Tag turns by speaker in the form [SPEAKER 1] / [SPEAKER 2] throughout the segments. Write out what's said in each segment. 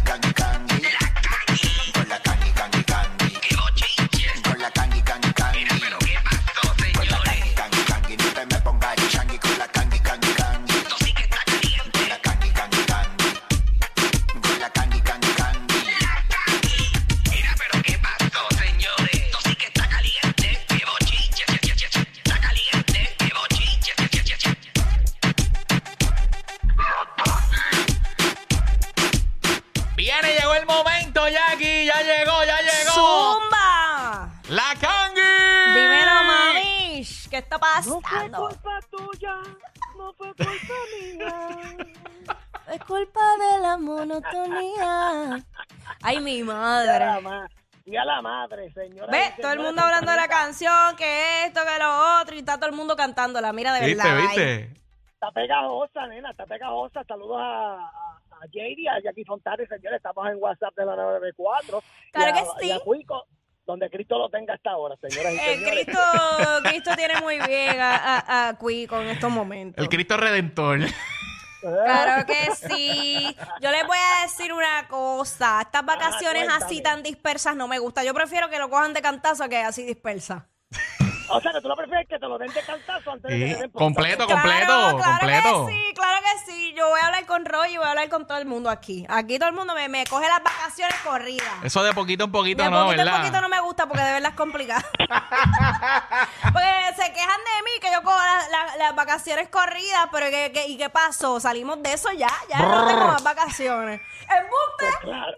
[SPEAKER 1] cangui, cangui. Con la cangui, cangui, cangui. Con la cangui, cangui, cangui. Con la cangui, cangui, cangui, no te me pongas changui. Con la cangui, cangui, cangui. Con la cangui, cangui, cangui. Con la cangui, cangui, cangui.
[SPEAKER 2] Mira, pero qué pasó, señores. Esto sí que está caliente, qué bochinche, che, che, che, che. Está caliente, qué bochinche, che, che, che, che.
[SPEAKER 3] Viene, llegó el momento, Jackie. Ya llegó, ya llegó.
[SPEAKER 4] ¡Zumba!
[SPEAKER 3] La Kangi.
[SPEAKER 4] Dímelo, mami. ¿Qué está
[SPEAKER 5] No fue
[SPEAKER 4] pasando?
[SPEAKER 5] culpa tuya, no fue culpa mía.
[SPEAKER 4] Es culpa de la monotonía. Ay, mi
[SPEAKER 5] Y a la
[SPEAKER 4] madre.
[SPEAKER 5] ma- Y a la madre, señora.
[SPEAKER 4] Ve, todo el mundo hablando de la canción, que esto, que lo otro, y está todo el mundo cantándola. Mira, de
[SPEAKER 3] ¿Viste,
[SPEAKER 4] verdad. ay.
[SPEAKER 3] viste?
[SPEAKER 5] Está pegajosa, nena, está pegajosa. Saludos a, a, a JD, a Jackie Fontanes, señores. Estamos en WhatsApp de la 994. Y
[SPEAKER 4] Claro
[SPEAKER 5] a-
[SPEAKER 4] que
[SPEAKER 5] y a
[SPEAKER 4] sí.
[SPEAKER 5] Cuico, donde Cristo lo tenga hasta ahora, señoras y
[SPEAKER 4] El
[SPEAKER 5] señores.
[SPEAKER 4] Cristo, Eh, Cristo tiene muy bien a, a, a Cuico en estos momentos.
[SPEAKER 3] El Cristo Redentor.
[SPEAKER 4] Claro que sí. Yo les voy a decir una cosa. Estas vacaciones así
[SPEAKER 5] cuéntame.
[SPEAKER 4] tan dispersas no me gusta. Yo prefiero que lo cojan de cantazo que así dispersa.
[SPEAKER 5] O sea, que tú lo prefieres que te lo den de cantazo antes de que te
[SPEAKER 3] Sí,
[SPEAKER 5] den por-
[SPEAKER 3] completo,
[SPEAKER 4] claro,
[SPEAKER 3] completo,
[SPEAKER 4] claro
[SPEAKER 3] completo.
[SPEAKER 4] que sí, claro que sí. Yo voy a hablar con Roy y voy a hablar con todo el mundo aquí. Aquí todo el mundo me, me coge las vacaciones corridas.
[SPEAKER 3] Eso de poquito en poquito,
[SPEAKER 4] De
[SPEAKER 3] no,
[SPEAKER 4] poquito en
[SPEAKER 3] ¿verdad?
[SPEAKER 4] poquito no me gusta porque de verdad es complicado. porque se quejan de mí que yo cojo la- la- las vacaciones corridas, pero ¿qué, qué- y qué pasó? Salimos de eso ya, ya no tengo más vacaciones. ¡Embuste!
[SPEAKER 5] Claro.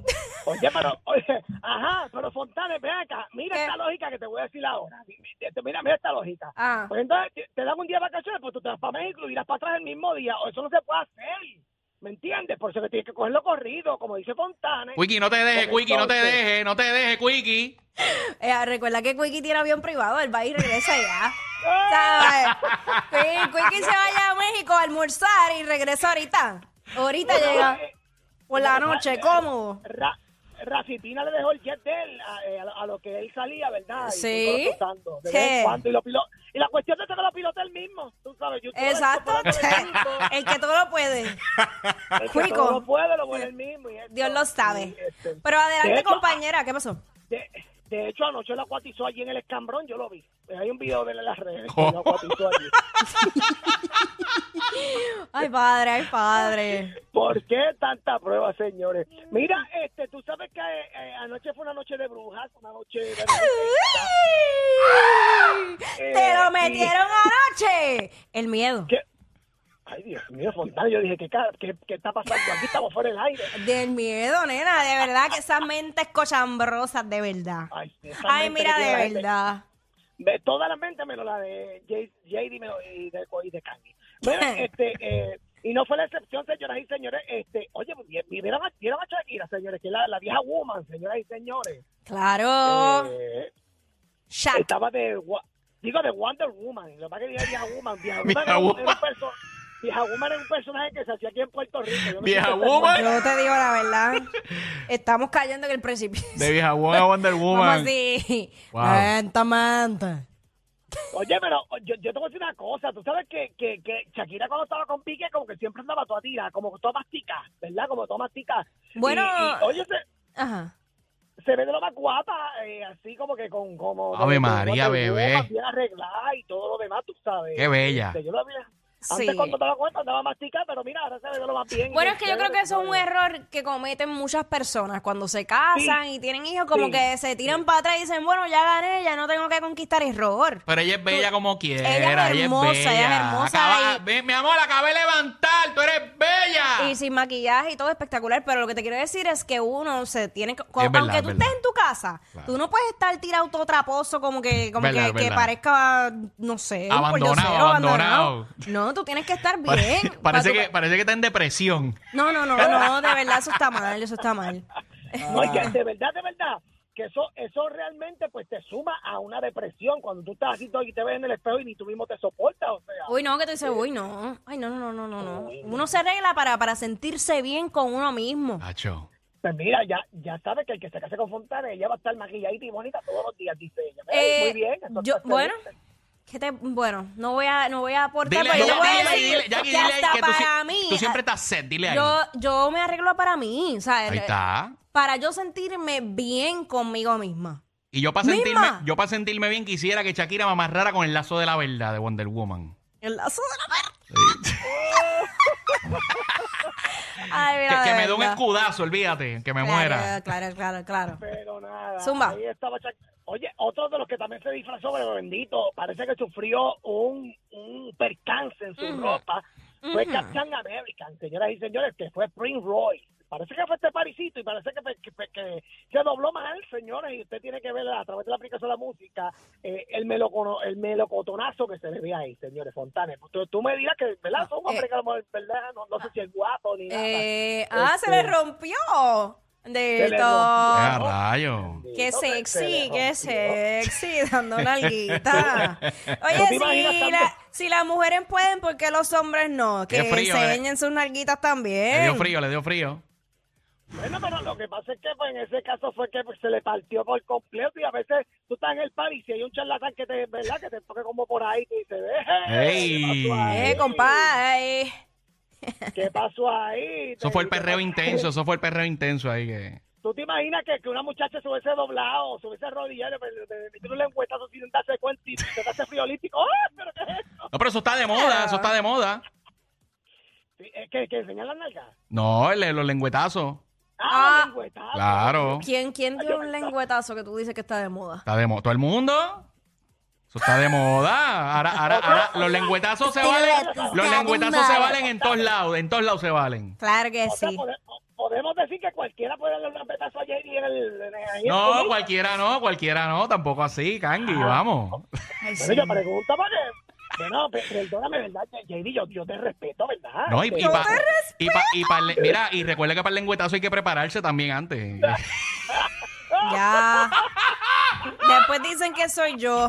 [SPEAKER 5] Oye, pero, oye, ajá, pero Fontanes, ve acá, mira
[SPEAKER 4] ¿Qué?
[SPEAKER 5] esta lógica que te voy a decir ahora. Mira, Mira, mira esta lógica.
[SPEAKER 4] Ah.
[SPEAKER 5] Pues entonces te- te dan un día de vacaciones, pues tú te vas para México y irás para atrás el mismo día. O eso no se puede hacer. ¿Me entiendes? Por eso que tienes que cogerlo corrido, como dice Fontanes.
[SPEAKER 3] Wiki, no te deje,
[SPEAKER 5] Porque
[SPEAKER 3] Wiki, no te
[SPEAKER 5] entonces-
[SPEAKER 3] deje, no te deje, Wiki.
[SPEAKER 4] Eh, recuerda que Quickie tiene avión privado, él va y regresa ya. ¿Sabes? Sí, Quickie se vaya a México a almorzar y regresa ahorita. Ahorita llega
[SPEAKER 5] eh,
[SPEAKER 4] por la noche, cómodo.
[SPEAKER 5] Ra- Racitina le dejó el jet de él a, eh, a lo- a lo que él salía, ¿verdad? Y
[SPEAKER 4] Sí.
[SPEAKER 5] se estaba acostando de vez en
[SPEAKER 4] Sí.
[SPEAKER 5] cuando, y, lo pilo- y la cuestión es que lo pilota él mismo, tú sabes. Yo,
[SPEAKER 4] Exacto.
[SPEAKER 5] yo- yo- yo-
[SPEAKER 4] El que todo lo puede.
[SPEAKER 5] El que
[SPEAKER 4] Cuico.
[SPEAKER 5] todo lo puede, lo puede él mismo. y esto-
[SPEAKER 4] Dios lo sabe.
[SPEAKER 5] y este-
[SPEAKER 4] Pero adelante,
[SPEAKER 5] de hecho,
[SPEAKER 4] compañera, ¿qué pasó?
[SPEAKER 5] De, de hecho, anoche la cuatizó allí en el escambrón, yo lo vi. Eh, Hay un video de él en las redes. que la cuatizó allí.
[SPEAKER 4] Ay, padre, ay, padre.
[SPEAKER 5] ¿Por qué tanta prueba, señores? Mira, este, tú sabes que eh, eh, anoche fue una noche de brujas, una noche de...
[SPEAKER 4] Te lo metieron anoche. El miedo.
[SPEAKER 5] Eh, ¿Qué? Ay, Dios mío, Fontana, yo dije, ¿qué, ca- qué, qué está pasando? Aquí estamos fuera del aire.
[SPEAKER 4] Del miedo, nena. De verdad que esas mentes cochambrosas, de verdad.
[SPEAKER 5] Ay, sí, esa
[SPEAKER 4] Ay,
[SPEAKER 5] mente
[SPEAKER 4] mira,
[SPEAKER 5] que tiene la
[SPEAKER 4] de
[SPEAKER 5] gente.
[SPEAKER 4] verdad.
[SPEAKER 5] De todas las mentes, menos la de J- JD menos- y de, y de Kanye. Mira, este, eh, y no fue la excepción, señoras y señores. Este, oye, vi- vi- vieron a, vieron a Shakira, señores, que es la, la vieja woman, señoras y señores.
[SPEAKER 3] Oh.
[SPEAKER 4] Claro.
[SPEAKER 5] Eh,
[SPEAKER 4] Shaq.
[SPEAKER 5] estaba de, wa- digo, de Wonder Woman. Lo más que dije vieja woman. Vieja woman,
[SPEAKER 3] Vieja
[SPEAKER 5] era, un-
[SPEAKER 3] woman.
[SPEAKER 5] era un perso- vieja woman era un personaje que se hacía aquí en Puerto Rico. Yo no sé
[SPEAKER 3] Vieja
[SPEAKER 5] si ustedes-
[SPEAKER 3] woman.
[SPEAKER 4] Yo te digo la verdad. Estamos cayendo en el precipicio.
[SPEAKER 3] De vieja buena Wonder
[SPEAKER 4] Vamos
[SPEAKER 3] Woman.
[SPEAKER 4] así.
[SPEAKER 3] Wow.
[SPEAKER 4] Lentamente.
[SPEAKER 5] Oye, pero yo, yo te voy a decir una cosa. Tú sabes que, que, que Shakira cuando estaba con Piqué, como que siempre andaba toda tira, como toda mastica, ¿verdad? Como toda mastica. Y-
[SPEAKER 4] Bueno.
[SPEAKER 5] y, oye, se,
[SPEAKER 4] Ajá.
[SPEAKER 5] se ve de lo más guapa, eh, así como que con... Como,
[SPEAKER 3] Ave
[SPEAKER 5] como-
[SPEAKER 3] María,
[SPEAKER 5] como-
[SPEAKER 3] bebé.
[SPEAKER 5] como Bien arreglada y todo lo demás, tú sabes.
[SPEAKER 3] Qué bella.
[SPEAKER 5] Este, yo lo había- Antes
[SPEAKER 4] Sí.
[SPEAKER 5] cuando estaba cuenta andaba mastica, pero mira, ahora se ve de lo más bien.
[SPEAKER 4] Bueno, es que yo creo que eso es un er-
[SPEAKER 5] error.
[SPEAKER 4] error que cometen muchas personas cuando se casan y tienen hijos, como
[SPEAKER 5] Sí.
[SPEAKER 4] que se tiran para atrás y dicen, bueno, ya gané, ya no tengo que conquistar error.
[SPEAKER 3] Pero ella es bella como quiera.
[SPEAKER 4] Ella es hermosa, ella es
[SPEAKER 3] bella.
[SPEAKER 4] hermosa
[SPEAKER 3] Acaba- ah,
[SPEAKER 4] y-
[SPEAKER 3] Ve, mi amor, la acabé de levantar. Tú eres bella.
[SPEAKER 4] Y sin maquillaje y todo espectacular, pero lo que te quiero decir es que uno se tiene que, co-
[SPEAKER 3] Es verdad,
[SPEAKER 4] aunque
[SPEAKER 3] es
[SPEAKER 4] tú
[SPEAKER 3] verdad.
[SPEAKER 4] estés en tu casa,
[SPEAKER 3] Claro.
[SPEAKER 4] tú no puedes estar tirado todo traposo como que como
[SPEAKER 3] Verdad,
[SPEAKER 4] que, que
[SPEAKER 3] verdad.
[SPEAKER 4] parezca no sé, un
[SPEAKER 3] Abandonado,
[SPEAKER 4] pollucero,
[SPEAKER 3] abandonado.
[SPEAKER 4] No, tú tienes que estar
[SPEAKER 3] Pare-
[SPEAKER 4] bien. para
[SPEAKER 3] parece,
[SPEAKER 4] tu-
[SPEAKER 3] que, parece que está en depresión.
[SPEAKER 4] No, no, no, no, de verdad eso está mal, eso está mal.
[SPEAKER 5] No, es que de verdad, de verdad, que eso, eso realmente pues te suma a una depresión cuando tú estás así todo y te ves en el espejo y ni tú mismo te soportas, o sea.
[SPEAKER 4] Uy, no, que tú dices, uy, no. Ay, no, no, no, no, no. no. Uno se arregla para, para sentirse bien con uno mismo.
[SPEAKER 3] Nacho.
[SPEAKER 5] Pues mira, ya, ya sabe que el que se case con Fontana, ella va a estar maquilladita y bonita todos los días, dice ella. Ey,
[SPEAKER 4] Eh,
[SPEAKER 5] muy bien. pues, eso
[SPEAKER 4] yo-
[SPEAKER 5] está
[SPEAKER 4] bueno,
[SPEAKER 5] excelente.
[SPEAKER 4] ¿qué te- bueno, no voy a, no voy a aportar,
[SPEAKER 3] Dile,
[SPEAKER 4] pero
[SPEAKER 3] dile,
[SPEAKER 4] pues, yo voy
[SPEAKER 3] dile,
[SPEAKER 4] a decir
[SPEAKER 3] dile, Jackie,
[SPEAKER 4] que
[SPEAKER 3] dile ahí
[SPEAKER 4] hasta
[SPEAKER 3] que tú, si-
[SPEAKER 4] para mí,
[SPEAKER 3] tú siempre estás set, dile ahí.
[SPEAKER 4] yo, eh, yo me arreglo para mí, o sea,
[SPEAKER 3] ahí está.
[SPEAKER 4] para yo sentirme bien conmigo misma.
[SPEAKER 3] Y yo para
[SPEAKER 4] Misma.
[SPEAKER 3] sentirme, yo para sentirme bien quisiera que Shakira me amarrara con el lazo de la verdad de Wonder Woman.
[SPEAKER 4] El lazo de la perra.
[SPEAKER 3] Sí.
[SPEAKER 4] Ay,
[SPEAKER 3] que,
[SPEAKER 4] mira,
[SPEAKER 3] que
[SPEAKER 4] de
[SPEAKER 3] me dé un
[SPEAKER 4] verdad.
[SPEAKER 3] escudazo, olvídate, que me
[SPEAKER 4] Claro,
[SPEAKER 3] muera.
[SPEAKER 4] Claro, claro, claro.
[SPEAKER 5] Pero nada.
[SPEAKER 4] Zumba.
[SPEAKER 5] ahí estaba Shak- Oye, otro de los que también se disfrazó, pero bendito, parece que sufrió un, un percance en su ropa. Fue Captain American, señoras y señores, que fue Prince Roy. Parece que fue este parisito y parece que, que- que- que se dobló mal, señores, y usted tiene que ver a través de la aplicación de la música eh, el, melocono, el melocotonazo que se le ve ahí, señores, Fontanes. Tú, tú me dirás que, ¿verdad? Son hombres
[SPEAKER 4] Eh.
[SPEAKER 5] que a lo mejor, ¿verdad? No, no sé si es guapo ni nada.
[SPEAKER 4] Eh, ah, se le
[SPEAKER 5] Este,
[SPEAKER 4] rompió. De
[SPEAKER 5] se le
[SPEAKER 4] todo.
[SPEAKER 5] rompió.
[SPEAKER 3] Ah, rayo.
[SPEAKER 4] Qué
[SPEAKER 5] Se le
[SPEAKER 4] sexy, qué
[SPEAKER 5] rompió.
[SPEAKER 4] sexy, dando nalguita. Oye,
[SPEAKER 5] ¿No te imaginas
[SPEAKER 4] si,
[SPEAKER 5] tanto?
[SPEAKER 4] la- si las mujeres pueden, ¿por qué los hombres no?
[SPEAKER 3] Qué
[SPEAKER 4] Que
[SPEAKER 3] frío, eh.
[SPEAKER 4] enseñen sus nalguitas
[SPEAKER 3] Le dio
[SPEAKER 4] también.
[SPEAKER 3] frío, le dio frío.
[SPEAKER 5] Bueno, pero lo que pasa es que pues, en ese caso fue que pues, se le partió por completo y a veces tú estás en el par y si hay un charlatán que te, ¿verdad? Que te toque como por ahí y dice,
[SPEAKER 3] Ey.
[SPEAKER 5] ¡Ey! ¿Qué pasó ahí?
[SPEAKER 4] Eh, compadre.
[SPEAKER 5] ¿Qué pasó ahí?
[SPEAKER 3] Eso fue el perreo
[SPEAKER 5] Tú-
[SPEAKER 3] intenso, eso fue el perreo intenso ahí que.
[SPEAKER 5] ¿Tú te imaginas que, que una muchacha se hubiese doblado, se hubiese arrodillado, pues, le- le- le metió un lengüetazo sin darse cuenta y se te hace friolítico? ¡Ah, pero qué es esto!
[SPEAKER 3] No, pero eso está de moda, eso está de moda.
[SPEAKER 5] Sí, es que, que enseñan las nalgas.
[SPEAKER 3] No, el- los lengüetazos.
[SPEAKER 5] ¡Ah,
[SPEAKER 4] Ah.
[SPEAKER 5] lengüetazo!
[SPEAKER 3] Claro.
[SPEAKER 4] ¿Quién, ¿Quién dio un lengüetazo que tú dices que está de moda?
[SPEAKER 3] Está de moda. ¿Todo el mundo? Eso está de moda. Ahora, ahora, ahora, los lengüetazos se valen. Los lengüetazos se valen en todos lados. En todos lados se valen.
[SPEAKER 4] Claro que
[SPEAKER 5] O sea,
[SPEAKER 4] sí.
[SPEAKER 5] pode- o- podemos decir que cualquiera puede darle un lengüetazo a Jenny en el... en el- ahí en
[SPEAKER 3] No,
[SPEAKER 5] el-
[SPEAKER 3] cualquiera no, cualquiera no. Tampoco así, Cangi,
[SPEAKER 4] Ah.
[SPEAKER 3] vamos.
[SPEAKER 4] Ay, sí.
[SPEAKER 5] Bueno, yo pregunto porque. Bueno, pe- perdóname, ¿verdad? JD, yo, yo te respeto, ¿verdad?
[SPEAKER 3] No, y, y
[SPEAKER 5] Pero-
[SPEAKER 3] pa- y pa- y pa- le- mira, y recuerda que para el lengüetazo hay que prepararse también antes.
[SPEAKER 4] Ya. Después dicen que soy yo.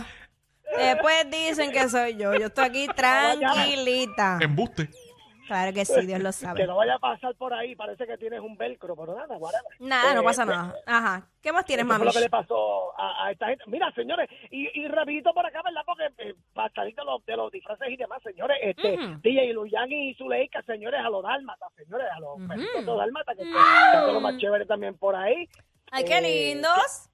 [SPEAKER 4] Después dicen que soy yo. Yo estoy aquí tranquilita.
[SPEAKER 3] Embuste.
[SPEAKER 4] Claro que sí, Dios lo
[SPEAKER 5] Que
[SPEAKER 4] sabe.
[SPEAKER 5] no vaya a pasar por ahí, parece que tienes un velcro, pero nada, whatever.
[SPEAKER 4] Nada, no
[SPEAKER 5] Eh,
[SPEAKER 4] pasa
[SPEAKER 5] pues,
[SPEAKER 4] nada. Ajá. ¿Qué más tienes,
[SPEAKER 5] Eso fue
[SPEAKER 4] mami?
[SPEAKER 5] lo que le pasó a, a esta gente. Mira, señores, y, y rapidito por acá, ¿verdad? Porque eh, para salir de los, de los disfraces y demás, señores, este,
[SPEAKER 4] Ujú.
[SPEAKER 5] DJ Luyan y Zuleika, señores, a los dálmatas, señores, a los
[SPEAKER 4] Ujú.
[SPEAKER 5] perritos dálmatas, que son son los más chéveres también por ahí.
[SPEAKER 4] Ay, qué
[SPEAKER 5] Eh,
[SPEAKER 4] lindos.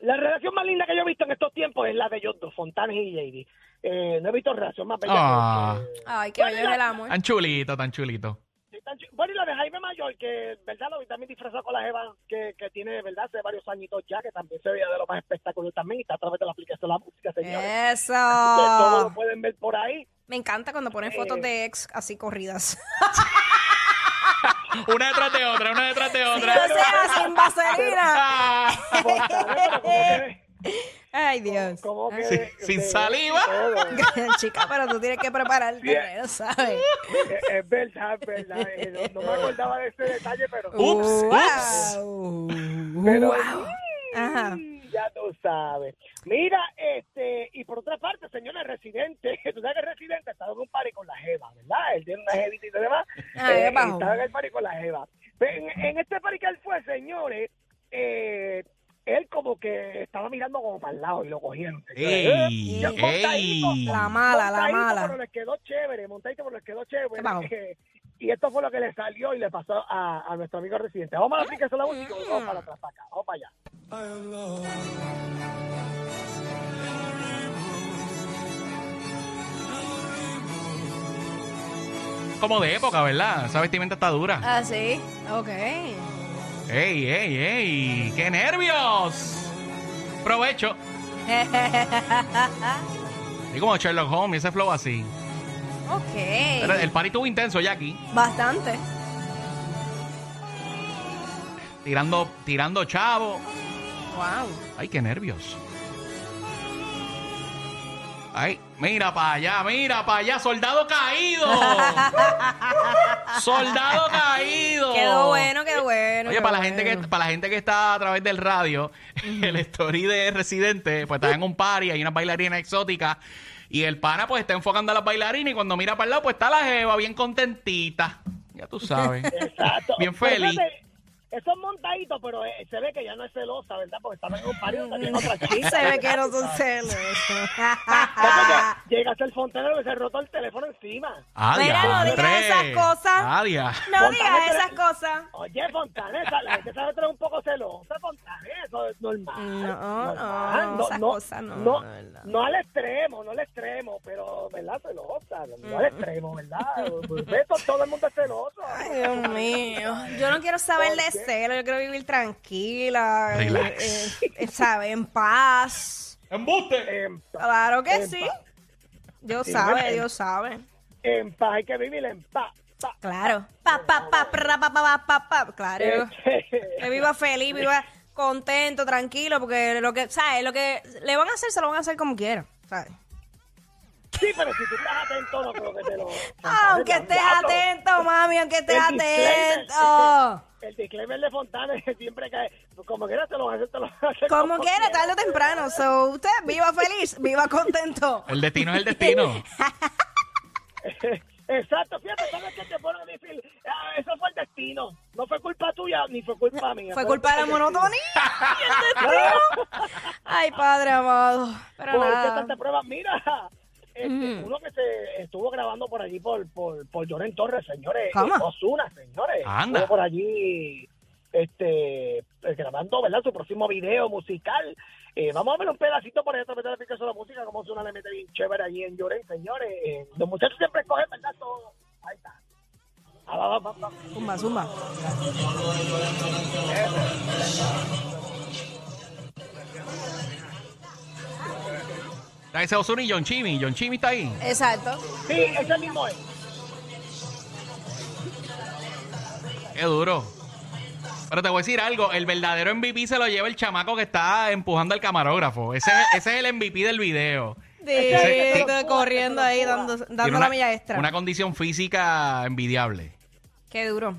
[SPEAKER 5] La relación más linda que yo he visto en estos tiempos es la de ellos dos, Fontanes y JD. Eh, no he visto relación más bella
[SPEAKER 3] Ah.
[SPEAKER 5] que- que-
[SPEAKER 4] Ay, qué bello es el amor.
[SPEAKER 3] Tan chulito, tan chulito.
[SPEAKER 5] Sí, tan chi- Bueno, y la de Jaime Mayor, que verdad lo vi también disfrazado con la Jeva, que, que tiene, verdad, hace varios añitos ya, que también se veía de lo más espectacular también, y está a través de la aplicación de la música,
[SPEAKER 4] Eh.
[SPEAKER 5] señores. Ustedes Todo lo
[SPEAKER 4] Eso.
[SPEAKER 5] pueden ver por ahí.
[SPEAKER 4] Me encanta cuando
[SPEAKER 3] Eh.
[SPEAKER 4] ponen fotos de ex así corridas.
[SPEAKER 3] Una detrás de otra, una detrás de
[SPEAKER 4] Sí,
[SPEAKER 3] otra.
[SPEAKER 4] o sea, sin vaselina.
[SPEAKER 3] Ah.
[SPEAKER 5] Fontanes, pero
[SPEAKER 4] Ay, Dios.
[SPEAKER 5] como que... Como que
[SPEAKER 3] Sin- sin saliva.
[SPEAKER 5] todo.
[SPEAKER 4] Chica, pero tú tienes que prepararte, ¿eh? ¿sabes?
[SPEAKER 5] Es, es verdad, es verdad. eh, No, no me acordaba de ese detalle, pero...
[SPEAKER 3] Ups, ups.
[SPEAKER 4] Wow.
[SPEAKER 5] pero
[SPEAKER 4] Wow. Ajá.
[SPEAKER 5] Ya tú sabes. Mira, este, y por otra parte, señores residentes, tú sabes que residente estaba en un party con la Jeva, ¿verdad? Él tiene una jevita y demás.
[SPEAKER 4] Ah,
[SPEAKER 5] eh,
[SPEAKER 4] qué bajo.
[SPEAKER 5] estaba en el party con la Jeva. Pero En, en este party que él fue, señores, eh, él como que estaba mirando como para el lado y lo cogieron. señores.
[SPEAKER 3] Ey,
[SPEAKER 5] Bien montadito,
[SPEAKER 3] ey.
[SPEAKER 4] La mala, la
[SPEAKER 5] montadito,
[SPEAKER 4] mala.
[SPEAKER 5] Pero les quedó chévere, montadito, pero les quedó chévere.
[SPEAKER 4] Qué bajo.
[SPEAKER 5] Eh, y esto fue lo que le salió y le pasó a, a nuestro amigo residente. Vamos a la aplicación de la música, y vamos para atrás, para acá, vamos para allá.
[SPEAKER 3] Como de época, ¿verdad? Esa vestimenta está dura.
[SPEAKER 4] Ah, sí. Ok.
[SPEAKER 3] ¡Ey, ey, ey! ¡Qué nervios! Provecho. Y como Sherlock Holmes, ese flow así. Pero eh.
[SPEAKER 4] ok.
[SPEAKER 3] el party estuvo intenso, Jackie.
[SPEAKER 4] Bastante.
[SPEAKER 3] Tirando, tirando chavo.
[SPEAKER 4] Wow.
[SPEAKER 3] ¡Ay, qué nervios! ¡Ay, mira para allá, mira para allá! ¡Soldado caído! Oh. ¡Soldado caído!
[SPEAKER 4] Quedó bueno, quedó bueno.
[SPEAKER 3] Oye,
[SPEAKER 4] quedó
[SPEAKER 3] para la, gente que,
[SPEAKER 4] bueno.
[SPEAKER 3] para la gente que está a través del radio, el story de Residente, pues está en un party, hay unas bailarinas exóticas, y el pana pues está enfocando a las bailarinas, y cuando mira para el lado, pues está la jeva bien contentita. Ya tú sabes.
[SPEAKER 5] Exacto.
[SPEAKER 3] Bien
[SPEAKER 5] Pero
[SPEAKER 3] feliz.
[SPEAKER 5] fíjate, Eso es montadito, pero eh, se ve que ya no es celosa, ¿verdad? Porque estaba en un parido, está en otra
[SPEAKER 4] Y
[SPEAKER 5] chica.
[SPEAKER 4] Mm. se ve que no son celos.
[SPEAKER 5] Ya que Llegas al fontanero y se rotó el teléfono encima.
[SPEAKER 3] Ah,
[SPEAKER 4] Mira, no digas
[SPEAKER 3] digas
[SPEAKER 4] esas cosas.
[SPEAKER 3] Ah, dia-
[SPEAKER 4] No digas esas cosas.
[SPEAKER 5] Oye, Fontanes, la gente sabe que tú eres un poco celosa, Fontanes, eso es normal.
[SPEAKER 4] No,
[SPEAKER 5] normal.
[SPEAKER 4] no, esas cosas no,
[SPEAKER 5] no,
[SPEAKER 4] de verdad.
[SPEAKER 5] no al extremo, no al extremo, pero, ¿verdad? Celosa, no al extremo, ¿verdad? Pues Eso, todo el mundo es celoso.
[SPEAKER 4] Ay, Dios mío. Yo no quiero saber de celo, yo quiero vivir tranquila.
[SPEAKER 3] Relax.
[SPEAKER 4] eh, eh, eh, ¿Sabe? En paz.
[SPEAKER 3] ¡Embuste!
[SPEAKER 5] En, pa-
[SPEAKER 4] Claro que
[SPEAKER 5] En
[SPEAKER 4] sí.
[SPEAKER 5] paz.
[SPEAKER 4] Dios
[SPEAKER 5] Sí,
[SPEAKER 4] sabe,
[SPEAKER 5] bueno,
[SPEAKER 4] Dios sabe.
[SPEAKER 5] en paz, hay que vivir en paz. paz.
[SPEAKER 4] Claro. Pa, pa, pa, pra, pa, pa, pa, pa, pa. Claro.
[SPEAKER 5] este,
[SPEAKER 4] Que viva feliz, viva contento, tranquilo, porque lo que, ¿sabes? Lo que le van a hacer, se lo van a hacer como quieran, ¿sabes?
[SPEAKER 5] Sí, pero si tú estás atento, no creo que te lo...
[SPEAKER 4] Aunque estés
[SPEAKER 5] Diablo.
[SPEAKER 4] atento, mami, aunque estés
[SPEAKER 5] El disclaimer.
[SPEAKER 4] atento.
[SPEAKER 5] El disclaimer de Fontanes siempre cae. Como quiera te lo hace, te lo hace.
[SPEAKER 4] Como quiera, tarde o temprano. So, usted viva feliz, viva contento.
[SPEAKER 3] El destino es el destino.
[SPEAKER 5] Exacto, fíjate, ¿sabes qué te pone a decir? Ah, eso fue el destino. No fue culpa tuya ni fue culpa mía.
[SPEAKER 4] Fue culpa de la
[SPEAKER 5] el destino.
[SPEAKER 4] monotonía. y el destino. Ay, padre amado. Pero
[SPEAKER 5] ¿Por qué
[SPEAKER 4] nada.
[SPEAKER 5] tanta prueba? Mira, este, uno que se estuvo grabando por allí por, por, por Lloren Torres, señores. eh,
[SPEAKER 4] ¿Cómo?
[SPEAKER 5] Osuna, señores.
[SPEAKER 3] Anda.
[SPEAKER 5] Estuvo por allí este, eh, grabando, ¿verdad? Su próximo video musical. Eh, vamos a ver un pedacito por ahí a través de la aplicación de la música, como Osuna le mete bien chévere allí en Lloren, señores. Eh, los muchachos siempre cogen, ¿verdad? Todo. Ahí está. Ah, va, va, va, va.
[SPEAKER 4] Zumba, zumba.
[SPEAKER 3] Está ese Ozuna y John Chimmy. John Chimmy está ahí.
[SPEAKER 4] Exacto.
[SPEAKER 5] Sí, ese mismo es.
[SPEAKER 3] Qué duro. Pero te voy a decir algo. El verdadero MVP se lo lleva el chamaco que está empujando al camarógrafo. Ese, es- ese es el MVP del video.
[SPEAKER 4] Sí,
[SPEAKER 5] sí.
[SPEAKER 4] corriendo ahí, dando,
[SPEAKER 3] Tiene
[SPEAKER 4] dando
[SPEAKER 3] una-
[SPEAKER 4] la milla extra.
[SPEAKER 3] Una condición física envidiable.
[SPEAKER 4] Qué duro.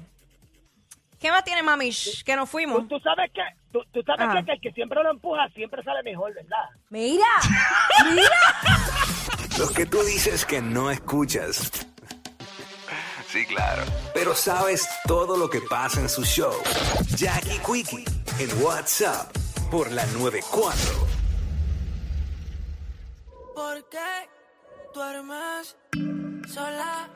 [SPEAKER 4] ¿Qué más tiene, mami? Shh, Que nos fuimos.
[SPEAKER 5] Tú, tú sabes que, tú, tú sabes
[SPEAKER 4] Ajá.
[SPEAKER 5] que, el que siempre lo empuja siempre sale mejor, ¿verdad?
[SPEAKER 4] Mira, mira.
[SPEAKER 6] Los que tú dices que no escuchas. Sí, claro. Pero sabes todo lo que pasa en su show. Jackie Quickie en WhatsApp por la 94.
[SPEAKER 7] ¿Por qué duermes sola?